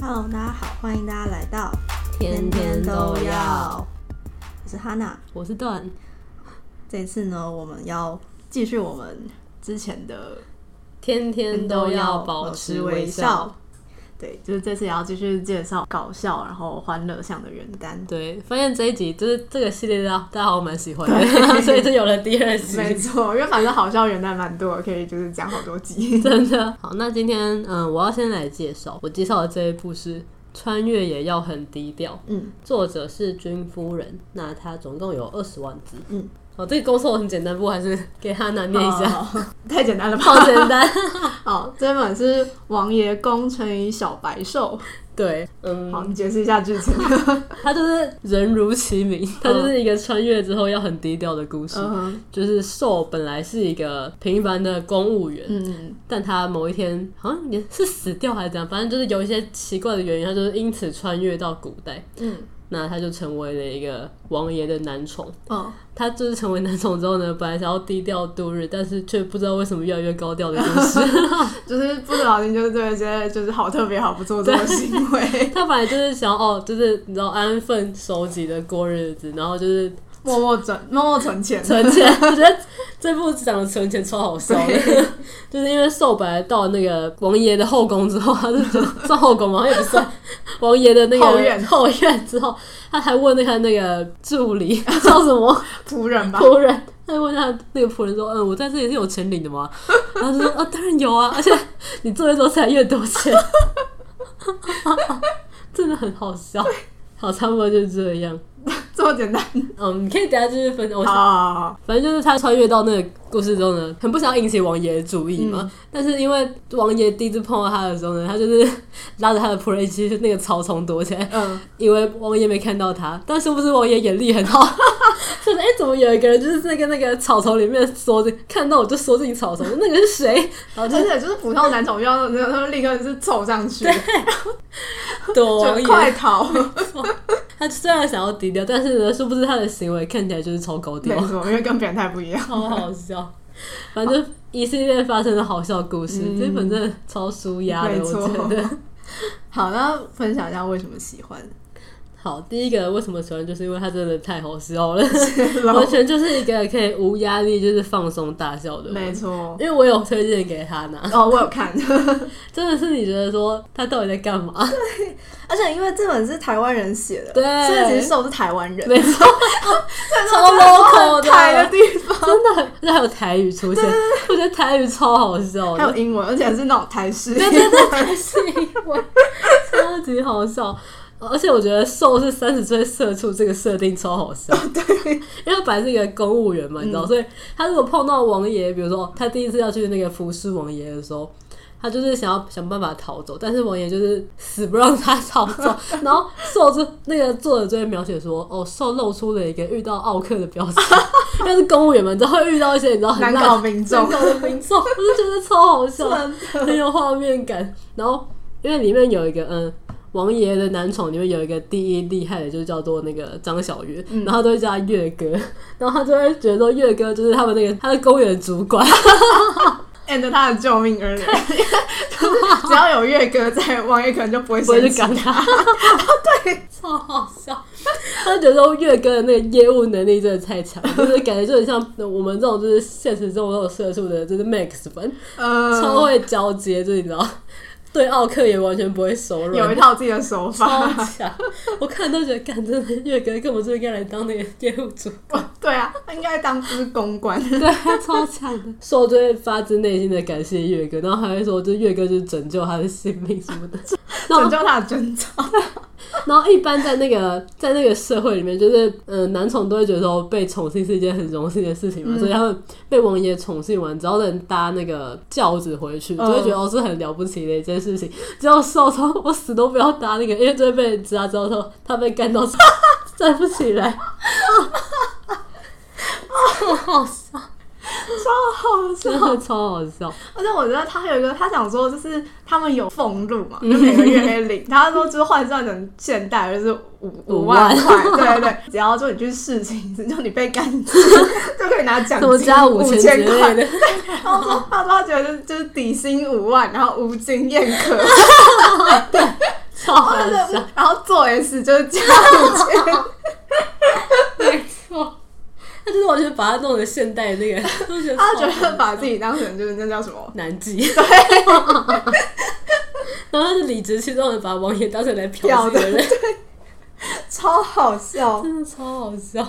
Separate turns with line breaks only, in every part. Hello，大家好，欢迎大家来到
天天都要。。
我是哈娜，
我是段，
这一次呢，我们要继续我们之前的
天天都要保持微笑。。
对，就是这次也要继续介绍搞笑然后欢乐向的原单。
对，发现这一集就是这个系列，大家好像蛮喜欢的， 所以就有了第二集。
没错，因为反正好笑原单蛮多的，可以就是讲好多集。
真的好，那今天嗯，我要先来介绍，我介绍的这一部是《穿越也要很低调》，
嗯，
作者是君夫人，那它总共有二十万字，
嗯，
好，这个工作很简单，不过还是给他拿念一下，
哦太简单了吧？
好简单。
哦，这本是《王爷公乘以小白兽》。
对，嗯，
好，你解释一下剧 情。
他就是人如其名，他就是一个穿越之后要很低调的故事。
嗯哼
就是寿本来是一个平凡的公务员，
嗯，
但他某一天好像也是死掉还是怎样，反正就是有一些奇怪的原因，他就是因此穿越到古代，
嗯，
那他就成为了一个王爷的男宠。
哦，
他就是成为男宠之后呢，本来想要低调度日，但是却不知道为什么越来越高调的故事。
就是不知老心就是对一些就是好特别好不做作的行 为，
他本来就是想要哦，就是你知道安分守己的过日子，然后就是
默默存默默存钱。
存钱， 我觉得这部讲的存钱超好笑的，就是因为寿本来到那个王爷的后宫之后，他就 觉得算后宫吗？好像也不算王爷的那个
后院
后院之后，他还问那个那个助 理叫什么
仆人吧，
仆人，他就问他那个仆人说：“嗯，我在这里是有钱领的吗？”然后他就说：“啊，当然有啊，而且你做越多才越多钱， 真的很好笑。”好，差不多就是这样。
这么简单。
嗯，你可以等一下继续分享。我
好好，好
反正就是他穿越到那个故事中呢，很不想要引起王爷的注意嘛。
嗯
但是因为王爷第一次碰到他的时候呢，他就是拉着他的仆人一起去那个草丛躲起来，
嗯，
因为王爷没看到他。但是不是王爷眼力很 好，就是哎、怎么有一个人就是在跟那个草丛里面缩进，看到我就缩进草丛，那个是谁？然后就
而且就是普通男宠遇到那种，他们立刻就是凑上去，
躲王
就
爷。
快逃。
他虽然想要低调，但是呢，殊不知他的行为看起来就是超高
没
调，
错，因为跟别人太不一样。
超好笑。 反正一系列发生的好笑故事，
嗯
这本真的超舒压的，
没
我
错
觉得。
好，那分享一下为什么喜 欢，
好，第一个为什么喜欢，就是因为它真的太好笑了，完全就是一个可以无压力就是放松大笑的。
没错。
因为我有推荐给他呢，
哦，我有 看，
真的是你觉得说他到底在 干嘛？
而且因为这本是台湾人写的，
对
所以其实受是台湾人，
没 错，超
很
local
台的
的，
地方，
真的很，而且还有台语出现，我觉得台语超好笑
还有
的，
英文，而且是那种台式，
对对对，台是英文，超级好笑。而且我觉得瘦是三十岁社畜这个设定超好笑，
对，
因为他本来是一个公务员嘛，你
嗯
知道，所以他如果碰到王爷，比如说他第一次要去那个服侍王爷的时候，他就是想要想办法逃走，但是王爷就是死不让他逃走。然后兽就那个作者就会描写说，哦，兽露出了一个遇到奥克的表情， 因为是公务员嘛，你知道会遇到一些你知道很
哦难
烂
搞啊民众
难搞的民众，我就觉得超好笑，
真
很有画面感。然后因为里面有一个嗯。王爷的男宠里面有一个第一厉害的，就叫做那个张小月，
嗯
然后他都会叫他月哥，然后他就会觉得说月哥就是他们那个他的公园主管，
and 他的救命恩人，只要有月哥在，王爷可能就不会
不会
生
去
气。
赶他。对，超好笑。他就觉得月哥的那个业务能力真的太强，就是感觉就很像我们这种就是现实中这种社畜的，就是 Max 粉，超
呃，
会交接，就是你知道，对奥克也完全不会手软，
有一套自己的手
超
法。
强。我看都觉得，干真的月哥根本就应该来当那个业务主
对啊，他应该当就是公关。
对，他超强的。 受就会发自内心的感谢月哥，然后还会说，就月哥就是拯救他的性命什 么的。然后
拯救他的征兆，
然后一般在那个在那个社会里面，就是嗯、呃男宠都会觉得说被宠幸是一件很荣幸的事情嘛，所以他们被王爷宠幸完，只要能搭那个轿子回去，就会觉得哦是很了不起的一件事情。只要受宠，我死都不要搭那个，因为就会被人知道之后，说他被干到 站不起来，超好笑，
超好
真
笑！
的超好笑。
而且我觉得他有一个，他想说就是他们有俸禄
嗯
嘛，就每个月可以领。他说就是换算成现代就是五
五
五万
万
块，对 对对，只要就你去试情，就你被干一次就可以拿奖
怎么
金
加
五
五千
千
之
块
类的？
然后说 他说他觉得就是底薪五万，然后无经验可，
超大
对对
象，
然后做 S 就是加五 千，
没错。他就是完全把它弄成现代那个， 都觉得
他觉
超
得把自己当成就是那叫什么？
难 记。然后他就理直气壮的把王爷当成来嫖
嫖
妓 的人，
超好笑。
真的超好笑。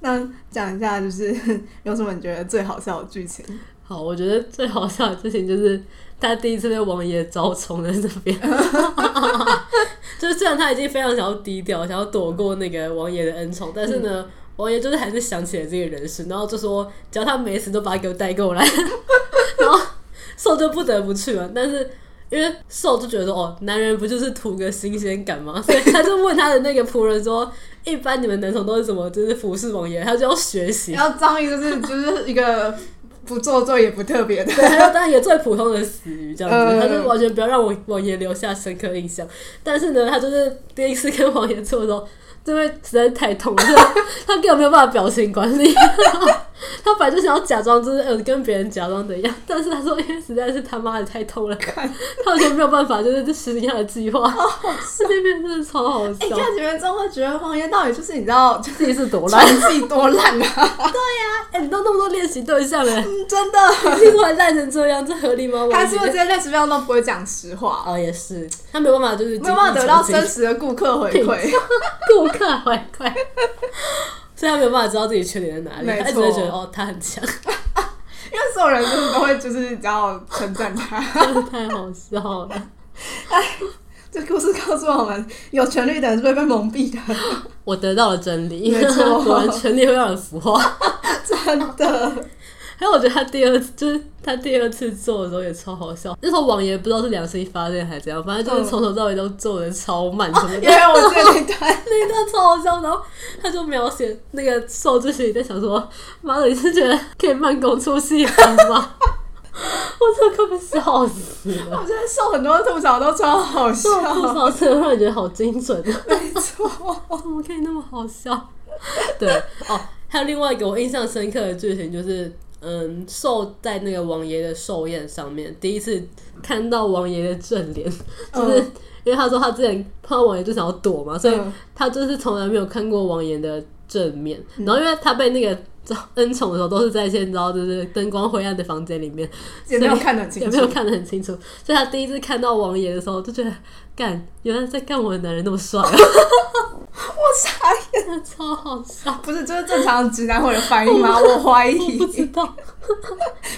那讲一下，就是 有什么你觉得最好笑的剧 情？
好，我觉得最好笑的事情就是他第一次被王爷招宠在这边， 就是虽然他已经非常想要低调，想要躲过那个王爷的恩宠，但是呢，王爷就是还是想起了这个人事，然后就说只要他没死，都把他给我带过来， 然后兽就不得不去了，但是。因为兽就觉得说，哦，男人不就是图个新鲜感吗？所以他就问他的那个仆人说，一般你们男宠都是怎么就是服侍王爷？他就要学习，
然后张译就是就是一个不做作也不特别的，
对，还有当然也最普通的死鱼这样子，
嗯
他就是完全不要让我王爷留下深刻印象。但是呢，他就是第一次跟王爷做的时候，因为实在是太痛了， 他根本没有办法表情管理。 他本来就想要假装就是呃跟别人假装的一样，但是他说因为实在是他妈的太痛了，他完全没有办法就是实行他的计划。他那边真的超好
哦哎、
笑，
看几分钟会觉得王爷到底就是你知 道，就是
自己是多烂
传？技多烂啊！
哎、你都那么多练习对 象了，
嗯 真的，
你突然烂成这样，这合理吗？
还是
王
会
爷
这些类似样都不会讲实话，
哦，也是，他没有办法就是
没有办法得到
精益求精
真实的顾客回馈。
顾客回馈，所以他没有办法知道自己缺点在哪里，
没错
他只会觉得哦，他很强，
因为所有人就是都会就是你知道称赞他。
真的太好笑了。
这故事告诉我们，有权利的人是会被蒙蔽的，
我得到了真理，
没错
果然权力会让人腐化。
真的。
还有，我觉得他第二次就是他第二次做的时候也超好笑，那时候王爷不知道是良心发现还是怎样，反正
嗯
就是从头到尾都做的超慢， 什么
因为我记得那段，
那一段超好笑，然后他就描写那个受之前在想说，妈的，你是觉得可以慢工出细活吗？ 我真的快被笑死了。
我觉得受很多吐槽都超好笑
这，种吐槽真的让人觉得好精准啊！
没错。
哦怎么可以那么好笑？ 对哦，还有另外一个我印象深刻的剧情就是，嗯，寿在那个王爷的寿宴上面，第一次看到王爷的正脸， 就是、
嗯
因为他说他之前碰到王爷就想要躲嘛，所以
嗯
他就是从来没有看过王爷的正面。然后因为他被那个 恩宠的时候，都是在一些你知道，就是灯光灰暗的房间里面，
也没有看得很清
也没有
楚，
看得很清楚。所以他第一次看到王爷的时候，就觉得干，原来在干我的男人那么帅、啊，
我傻眼。
真的 超好笑。
不是，就是正常直男会有反应 吗？我怀
我不知
疑，
道，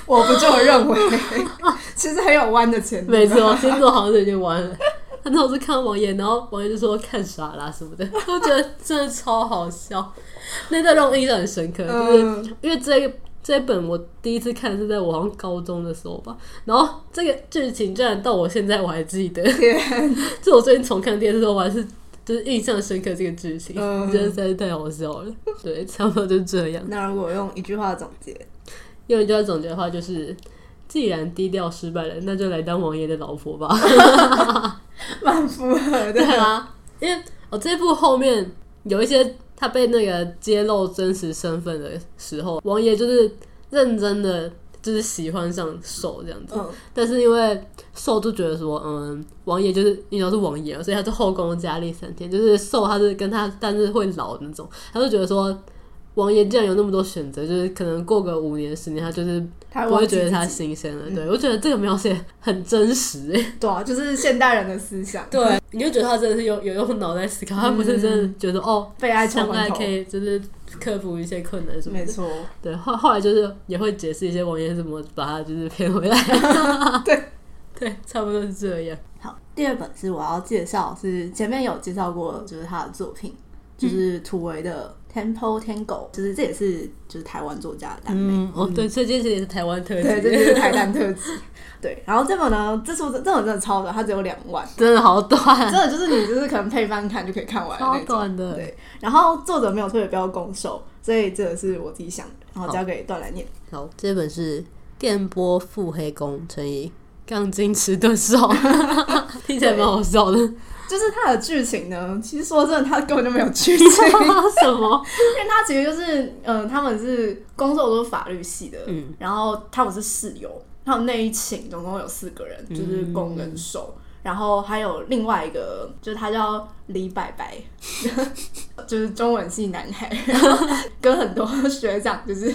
我不这么认为。 其实很有弯的前途。
没错，星座好像已经完了。 他那时候是看王爷，然后王爷就说看傻啦什么的， 我觉得真的超好笑。那段让我印象很深刻，就是
嗯，
因为这个这本我第一次看是在我好像高中的时候吧，然后这个剧情居然到我现在我还记 得，
天，
这我最近重看第二次的时候，我还是就是印象深刻这个剧情，
嗯
真的实在是太好笑了。对，差不多就这样。
那如果用一句话总结，
用一句话总结的话就是：既然低调失败了，那就来当王爷的老婆吧。
蛮符合的
对。啊，因为我、哦、这部后面有一些他被那个揭露真实身份的时候，王爷就是认真的就是喜欢上寿这样子。
嗯，
但是因为寿就觉得说，嗯，王爷就是因为他是王爷嘛，所以他是后宫佳丽三天，就是寿他是跟他，但是会老的那种，他就觉得说。王爷既然有那么多选择，就是可能过个五年十年，他就是
他
不
忘
会
记
觉得他
自己
新鲜了。对我觉得这个描写很真实、欸，
对啊，就是现代人的思想，
对，你就觉得他真的是有有用脑袋思考，他不是真的觉得、哦，
嗯被爱冲
相爱
昏头
可。以就是克服一些困难什么
没
的。
错，
对，后后来就是也会解释一些王爷怎么把他就是骗回来。
对
对，差不多是这样。
好，第二本是我要介绍，是前面有介绍过，就是他的作品，就是土维的《Temple Tango》，就是这也是就是台湾作家的耽美，
嗯，哦，对，最近其实也是台湾特
嗯对，这就
辑，
是台单特辑。 对，然后这本呢，这书这本真的超短，它只有两万，
真的好
真
短，
的就是你就是可能配饭看就可以看嗯完的
超
那种。
短的。
对，然后作者没有特别标攻受，所以这个是我自己想的，然后交给段来念。
好，这本是《电波腹黑功乘以杠精迟 钝兽》， 听起来蛮好笑的。
就是它的剧情呢，其实说真的，它根本就没有剧情，
什么？
因为他其实就是，嗯、他们是工作都是法律系的，
嗯嗯
然后他们是室友，他们那一寝总共有四个人，就是攻跟受。然后还有另外一个，就是他叫李白白， 就是中文系男孩，然后跟很多学长就是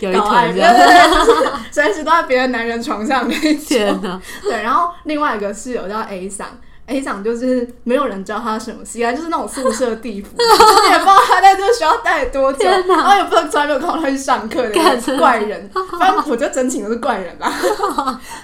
有一
搞
团
暧
这
昧，对
样。
对对，就是随时都在别的男人床上那一种。
天 哪！
对，然后另外一个室友叫 A 桑。A 桑就是没有人知道他什么系，他就是那种宿舍地府，就是也不知道他在这个学校待了多久，
天哪
然后也不知道从来没有看到他去上课的
干
那
真
种
的
怪 人。反正我觉得整寝都是怪人啦。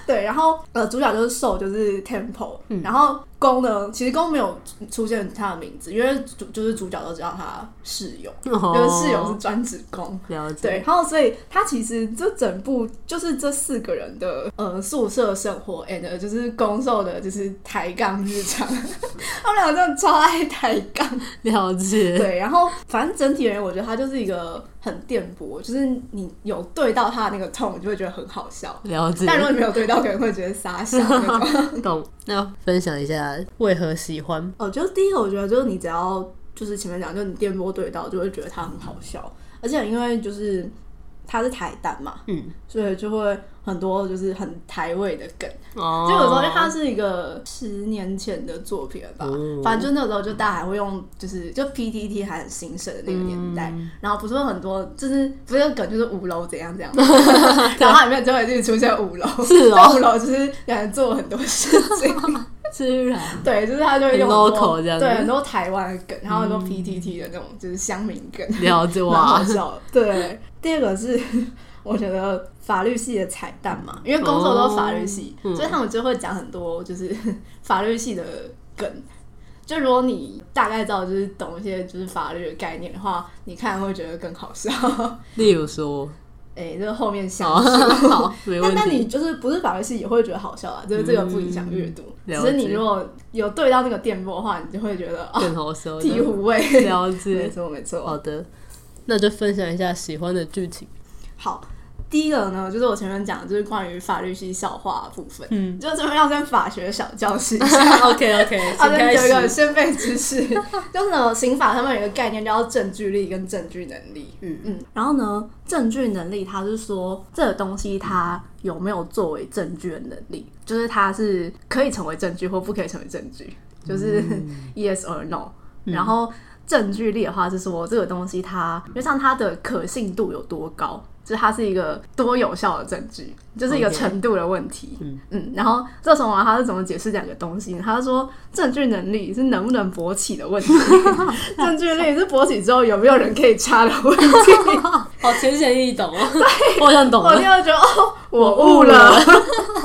对，然后呃，主角就是兽，就是 Temple，、然
嗯
后公呢，其实公没有出现他的名字，因为主就是主角都知道他室友，就是
哦，
室友是专职公。
了解，
对，然后所以他其实这整部就是这四个人的呃宿舍生活，and 就是攻受的就是抬杠日常， 他们两个真的超爱抬杠。
了解，
对，然后反正整体而言，我觉得他就是一个很电波，就是你有对到他的那个痛，你就会觉得很好笑。
了解，
但如果你没有对到，可能会觉得傻笑那种。
懂。那分享一下为何喜欢？
哦，就是第一个，我觉得就是你只要就是前面讲，就是你电波对到，就会觉得它很好笑，而且因为就是它是台单嘛，
嗯，
所以就会很多就是很台味的梗。
哦，
就有时候，因为它是一个十年前的作品了吧，
哦
反正就那时候就大家还会用，就是就 PTT 还很兴盛的那个年代，
嗯
然后不是有很多就是不是有梗就是五楼怎样 怎样 嘛，然后它里面就会一直出现五楼，
啊是哦
就五楼就是感觉做很多事情。
居然
对，就是他就会用
很
很多
local 这样子嗯
对，很多台湾的梗，然后很多 PTT 的那种就是乡民梗，
了解
蛮好
哇，
笑 的。对，第二个是我觉得法律系的彩蛋嘛，因为工作都是法律系，
哦嗯
所以他们就会讲很多就是 法律系的梗。就如果你大概知道就是懂一些就是法律的概念的话，你看会觉得更好笑。
例如说，
哎、这个后面想
好哦 好，没
但
问
但
题，
你就是不是法律系也会觉得好笑啊，就是这个不影响阅读，
嗯了
只是
解
你如果有对到那个电波的话，你就会觉得啊，
更好笑，
醍醐味。
了
没
解。哦
错没错。
好的，那就分享一下喜欢的剧 情。
好，第一个呢，就是我前面讲的就是关于法律系笑话的部分，
嗯
就这边要跟法学小教室一下。
，OK OK，
好像
请开
哦有一个
始。
先辈知识， 就是呢，刑法他们有一个概念叫证据力跟证据能力。
嗯
嗯，然后呢，证据能力，它是说这个东西它有没有作为证据的能力，就是它是可以成为证据或不可以成为证据，就是 yes or no。然后证据力的话是说这个东西它，就像它的可信度有多高。就是它是一个多有效的证据，就是一个
OK
程度的问题。
嗯
嗯，然后这时候啊，他是怎么解释两个东西呢？他说证据能力是能不能勃起的 问题，证据力是勃起之后有没有人可以插的问 题。
好浅显易懂哦，我好像懂
我
了
就，会觉得哦，我
我
悟
悟了
了，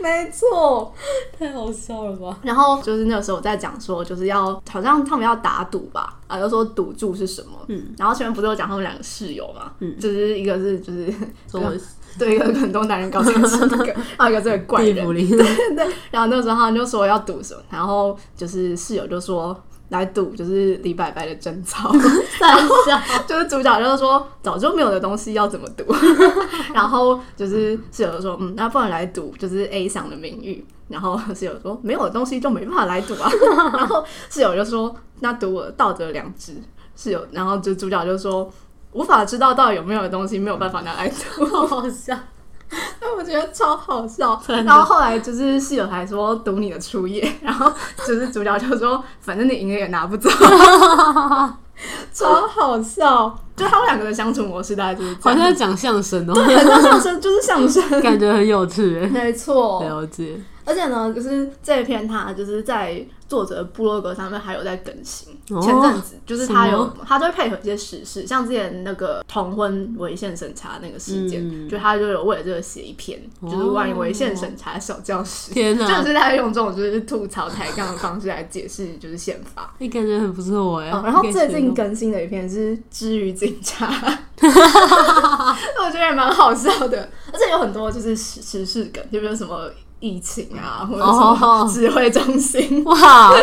没错。
太好笑了吧？
然后就是那个时候我在讲说，就是要好像他们要打赌吧，啊，就说赌注是什么。嗯，然后前面不是有讲他们两个室友嘛，嗯，就是一个是就是
中文
对一个很多男人搞在一起那 个，还有一个这个怪
地
人
府。里，
然后那时候他们就说要赌什么，然后就是室友就说来赌就是李白白的贞操，
三下，
就是主角就说早就没有的东西要怎么赌， 然后就是室友就说嗯，那不然来赌就是 A 赏的名誉。然后室友说没有的东西就没办法来赌啊， 然后室友就说那赌我的道德良知，室友，然后就主角就说无法知道到底有没有的东西没有办法拿来赌，
好好笑，
那我觉得超好笑。
真的
然后后来就是室友还说赌你的初夜， 然后就是主角就说反正你赢了也拿不 走，超好笑。就他们两个的相处模式大概就是这
好像
样，
在讲相声哦，
很像相声，就是相声。
感觉很有趣耶。
没错，
了解，
而且呢，就是这一篇它就是在作者部落格上面还有在更新。
哦
前阵子就是他
什
有
么，
他都会配合一些时事，像之前那个同婚违宪审查那个事件，
嗯
就他就有为了这个写一篇，
哦
就是关于违宪审查的小教室。
天
就
哪，
是他用这种就是吐槽抬杠的方式来解释就是宪法、
你感觉很不错哎。
哦。然后
你可以
最
写
近
吗
更新的一篇是《之于警察》， 我觉得也蛮好笑的，而且有很多就是时时事梗，就比如什么疫情啊，或者什
哦
么指挥中心，
哇，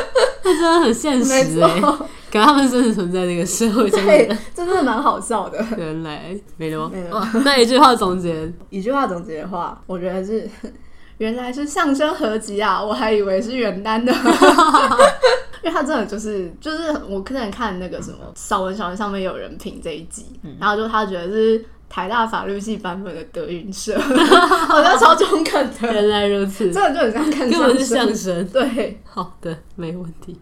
那 真的很现
没
实哎，
错，
感觉他们真的存在这个社会中
对
的。，
真的蛮好笑 的。
原来没了吗
没？了
哇，那一句话总结，
一句话总结的话，我觉得是原来是相声合集啊，我还以为是原单的， 因为他真的就是嗯就是我之前看那个什么《少文小文》上面有人评这一集，然后就他觉得是。台大法律系版本的德云社， 好像超中肯的，
原来如此
真，的就很像看
根本是
相
相
声。
声。
对，
好的，没问题。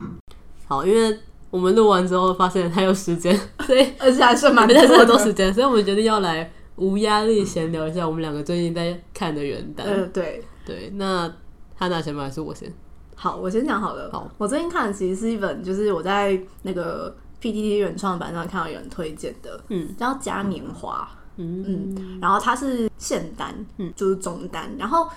好，因为我们录完之后发现还有时 间，所以
而且还是 蛮
没在这
多
么多
的。
时间，所以我们决定要来无压力闲聊一下我们两个最近在看的元旦。
嗯，对。
对，那汉娜先吗？还是我先？
好，我先讲好了。
好
我最近看的其实是一本，就是我在那个 PTT 原创版上看到有人推荐的，
嗯
叫《嘉年华》。
嗯
嗯，然后它是现单，嗯，就是中单。然后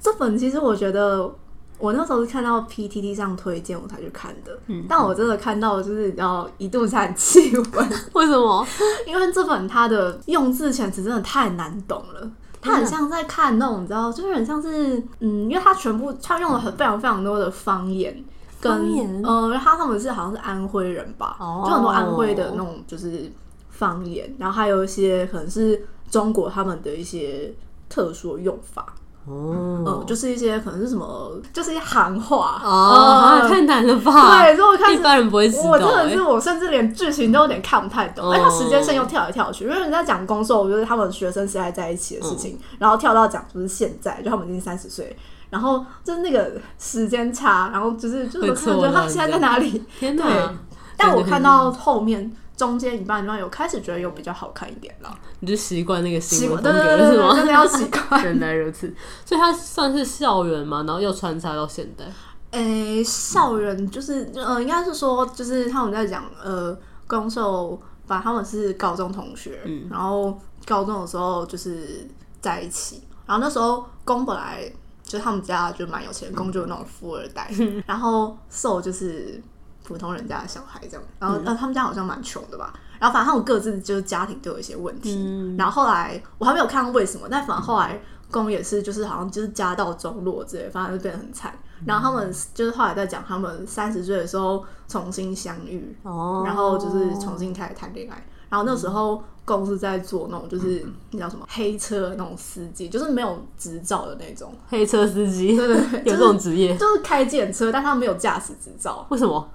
这本其实我觉得，我那时候是看到 PTT 上推荐我才去看的，嗯，但我真的看到就是你知道一度是很气 愤，
为什么？
因为这本它的用字遣词真的太难懂了。它很像在看那种，你知道，就是很像是，嗯，因为它全部它用了很非常非常多的方言，
方
跟
言
呃，他他们是好像是安徽人吧，
哦
就很多安徽的那种就是方言，然后还有一些可能是中国他们的一些特殊用法，嗯、
哦
就是一些可能是什么，就是一些行话
哦，
嗯
太难了吧？
对，所以我开
一
始。
般人不会知道、
我真的
欸
是，。我甚至连剧情都有点看不太懂，
哦
而且它时间线又跳来跳去。因为人家讲攻受，就是他们学生时代在一起的事情，然后跳到讲就是现在，就他们已经三十岁，然后就是那个时间差，然后就是就是我
会
看
错
觉得他
乱
现在在
这样
哪里？
天
对
哪！
但我看到后面中间一半地方有开始觉得有比较好看一点了，
你就习惯那个
习
新闻
惯
风
对
格
对对
了
对
是
对，
吗？
真的要习 惯。
原来如此，所以它算是校园嘛，然后又穿插到现代。
诶、校园就是呃，应该是说就是他们在讲呃，攻受把他们是高中同学，
嗯
然后高中的时候就是在一起，然后那时候攻本来就是他们家就蛮有钱，攻就有那种富二代，然后受就是普通人家的小孩这样，然后、
嗯
呃他们家好像蛮穷的吧，然后反正他们各自就是家庭都有一些问题，
嗯
然后后来我还没有看到为什么，但反正后来公也是就是好像就是家道中落之类，反正就变得很惨。
嗯
然后他们就是后来在讲他们三十岁的时候重新相遇，
哦嗯
然后就是重新开始谈恋爱。然后那时候公是在做那种就是那叫什么黑车的那种司机，就是没有执照的那种，
黑车司机，
对对对，
有这种职业，
就是开检车，但他没有驾驶执照，
为什么？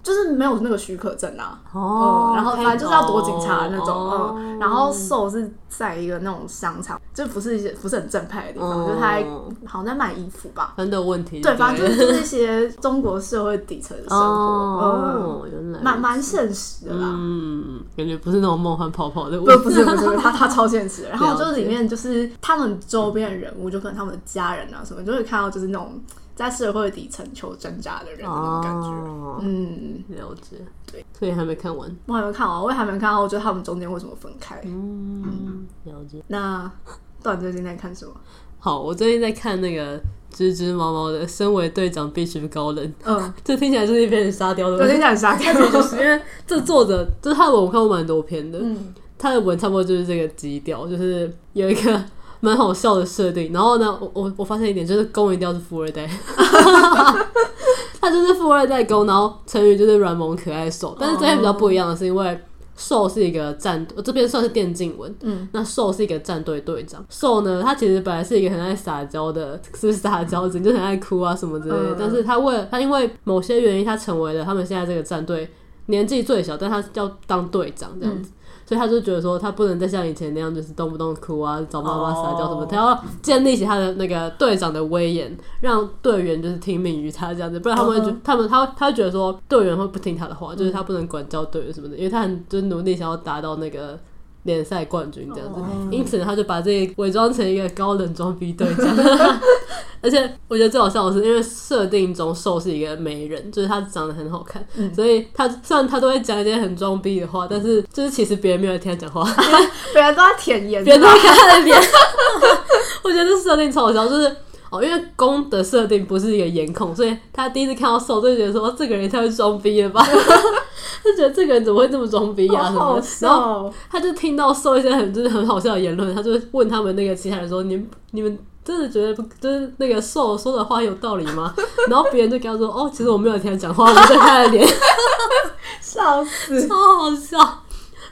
就是没有那个许可证啊。
哦
嗯，然后反正就是要躲警察的那种，
哦
嗯，然后瘦是在一个那种商场，就不是一些不是很正派的地方，
哦
就是他还好像在卖衣服吧，
反正都有问题。
对，反正
不
就是就是一些中国社会底层的生活，
哦，原来
嗯，蛮蛮现实的啦，
嗯，感觉不是那种梦幻泡泡的
不
问
不是不是不是，他他超现实的。然后
了解
就是里面就是他们周边的人物，就可能他们的家人啊什么，就会看到就是那种在社会底层求挣扎的人的那种感觉，
哦，
嗯。
了解，
对，
所以还没看完。
我还没看完，我也还没看到，就是他们中间为什么分开。
嗯，了解。
那段最近在看什 么？
好，我最近在看那个只只猫猫的《身为队长必须高冷》，
嗯，
这听起来就是一篇很沙雕的
我
文
先讲沙 雕，
章， 就是因为这作者就是他的文，我看过蛮多篇的，
嗯
他的文差不多就是这个基调，就是有一个蛮好笑的设定。然后呢，我我我发现一点就是公一定要是富二代， 他就是富二代公，然后成语就是软萌可爱瘦。但是这边比较不一样的是，因为瘦是一个战，我这边算是电竞文。
嗯，
那瘦是一个战队队长，瘦呢，他其实本来是一个很爱撒娇的，是撒娇子，就很爱哭啊什么之类的
嗯。
但是他为了他因为某些原因，他成为了他们现在这个战队年纪最小，但他要当队长这样
嗯
子。所以他就觉得说，他不能再像以前那样，就是动不动哭啊、找妈妈撒娇什么
哦
他要建立起他的那个队长的威严，让队员就是听命于他这样子，不然他们会觉
嗯
他们他会他会觉得说队员会不听他的话，就是他不能管教队员什么的，因为他很就是努力想要达到那个联赛冠军这样子，
哦
因此他就把这个伪装成一个高冷装逼队 长。而且我觉得最好笑的是，因为设定中瘦是一个美人，就是她长得很好看，所以她虽然她都会讲一些很装逼的话，但
嗯
是就是其实别人没有在听她 讲话，
别人都在舔啊盐，
别人都在看她的 脸。我觉得这设定超好笑，就是。哦，因为公的设定不是一个颜控，所以他第一次看到瘦就觉得说，哦这个人太会装 逼了吧？就觉得这个人怎么会这么装逼呀、
好
什么
好
的。然后
笑，
他就听到受一些很就是很好笑的言论，他就问他们那个其他人说：“你们你们真的觉得不就是那个受说的话有道理 吗？”然后别人就跟他说：“哦，其实我没有听他讲话，我在看他的脸，
笑死，
超好笑。”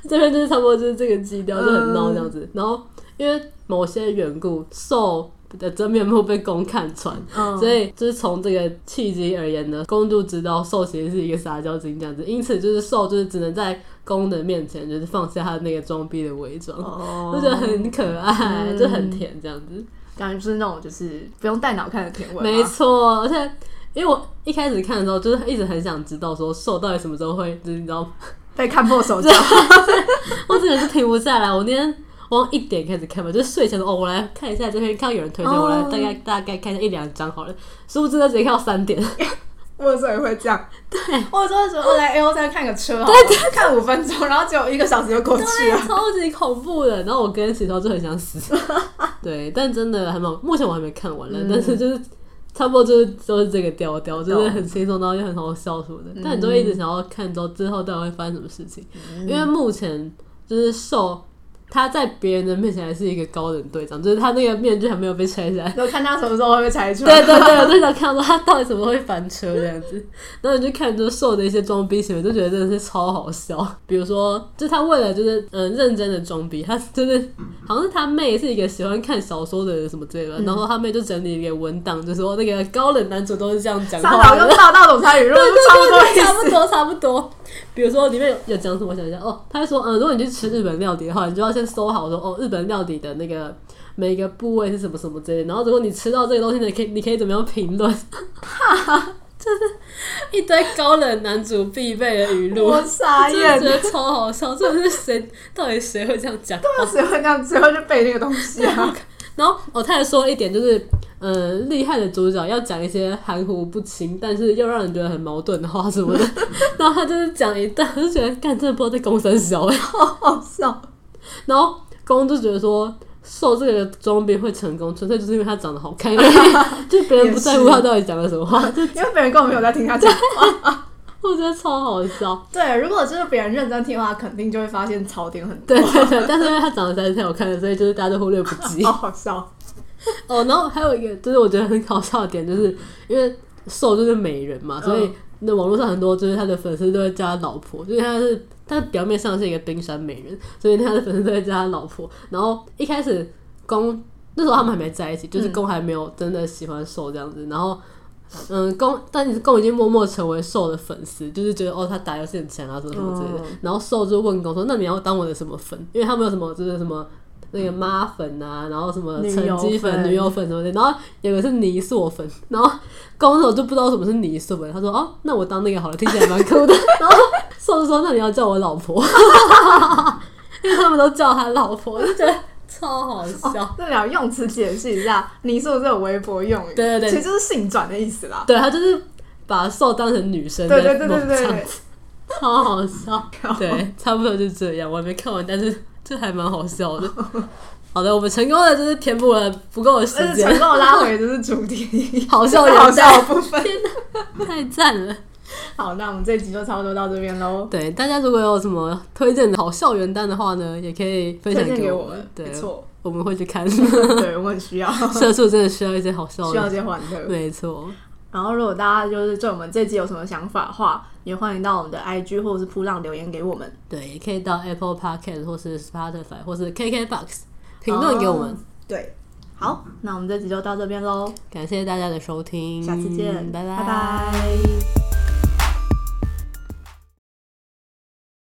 这边
嗯
就是差不多就是这个基调，就很闹这样子。然后因为某些缘故，受的真面目被公看穿。
嗯，
所以就是从这个契机而言呢，公就知道受其实是一个撒娇精这样子，因此就是受就是只能在公的面前就是放下他的那个装逼的伪装，
哦
就觉得很可爱，
嗯
就很甜这样子。
感觉就是那种就是不用带脑看的甜味嘛，
没错，而且因为我一开始看的时候，就是一直很想知道说受到底什么时候会，就是你知道，
被看破手脚。
我真的是停不下来。我那天我从一点开始看吧，就是睡前说哦，我来看一下这篇，看到有人推荐，
哦
我来大概大概看一下一两章好了，殊不知他直接看到三点。
我有时候也会这样，对我有时候觉得我来 A O 三看个车好了，对对，看五分钟，然后结果一个小时就过去了。
超级恐怖的。然后啊我跟石头就很想死，对，但真的还蛮，目前我还没看完了，但是就是差不多就是都是这个调调，就是很轻松，然后又很好笑什么的。但你就会一直想要看之后之后到底会发生什么事情，因为目前就是受。他在别人的面前还是一个高冷队长，就是他那个面具还没有被拆下来，
然后看他什么时候会被拆穿。
对对对，我就想看到他到底怎么会翻车这样子， 然后你就看就瘦的一些装逼行为，就觉得真的是超好笑。比如说，就他为了就是嗯、呃认真的装逼，他就是好像是他妹是一个喜欢看小说的人什么之类的吧，然后他妹就整理一个文档，就说那个高冷男主都是这样讲
沙
话
岛
的
跟。霸道总裁语录是差不多
差
意
不
思。
多，差不多。比如说里面有有讲什么，我想一下哦，他就说，嗯，如果你去吃日本料理的话，你就要先搜好说，哦，日本料理的那个每一个部位是什么什么之类的。然后如果你吃到这个东西，你可以你可以怎么样评论？哈，就是一堆高冷男主必备的语录。
我傻
真的
眼
觉，得超好笑，这是谁？到底谁会这样讲？
谁会这样，谁会去背那个东西 啊？
然后哦，他还说一点就是，呃，厉害的主角要讲一些含糊不清，但是又让人觉得很矛盾的话什么的。然后他就是讲一段，我就觉得干这波在公三小哎。
好笑。
然后公就觉得说。受这个装逼会成功，纯粹就是因为他长得好看，因为就别人不在乎他到底讲了什么话，就
因为别人根本没有在听他讲话。
我觉得超好笑。
对，如果就是别人认真听的话，肯定就会发现槽点很多。
对对对，但是因为他长得实在是太好看了，所以就是大家都忽略不计。
好好笑。
哦，然后还有一个就是我觉得很搞笑的点，就是因为瘦就是美人嘛，所以
嗯
那网络上很多就是他的粉丝都会叫他老婆，就是他是他表面上是一个冰山美人，所以他的粉丝都会叫他老婆。然后一开始公那时候他们还没在一起，就是公还没有真的喜欢瘦这样子，然后。嗯，公，但是公已经默默成为瘦的粉丝，就是觉得哦，他打游戏很强啊，什么什么之类的。然后瘦就问公说：“那你要当我的什么粉？”因为他们有什么就是什么那个妈粉啊，然后什么
女
成
友
绩粉、
粉
女友粉什么的。然后有个是泥塑粉，然后公手就不知道什么是泥塑粉，他说：“哦，那我当那个好了，听起来蛮 酷的。”然后瘦就说：“那你要叫我老婆。” 因为他们都叫他老婆，我就觉得超好笑。
那俩用词解释一下，你是不是有微博用语？
对对对
其实就是性转的意思啦。
对他就是把瘦当成女生
对
在
对对对
弄
对
这
对
样，超好笑。
对
对，差不多就这样。我还没看完，但是这还蛮好笑的。好的，我们成功的就是填补了不够的时
而且
间
成，功地拉回就是主 题，
好笑
好
有
笑
笑，
的部分。
太赞了。
好，那我们这一集就差不多到这边喽。
对，大家如果有什么推荐的好校园单的话呢，也可以
推
分享
荐给
我
我
们
们，。
对
没，错，
我们会去看。
对我很需 要，需
社畜真的需要一些好笑
要
的，
这些欢乐。
没错。
然后，如果大家就是对我们这集有什么想法的话，也欢迎到我们的 IG 或者是扑浪留言给我们。
对，也可以到 Apple Podcast 或是 Spotify 或是 KKBox 评论给我们
哦。对，好，那我们这集就到这边喽，
感谢大家的收听，
下次见，
嗯拜
拜拜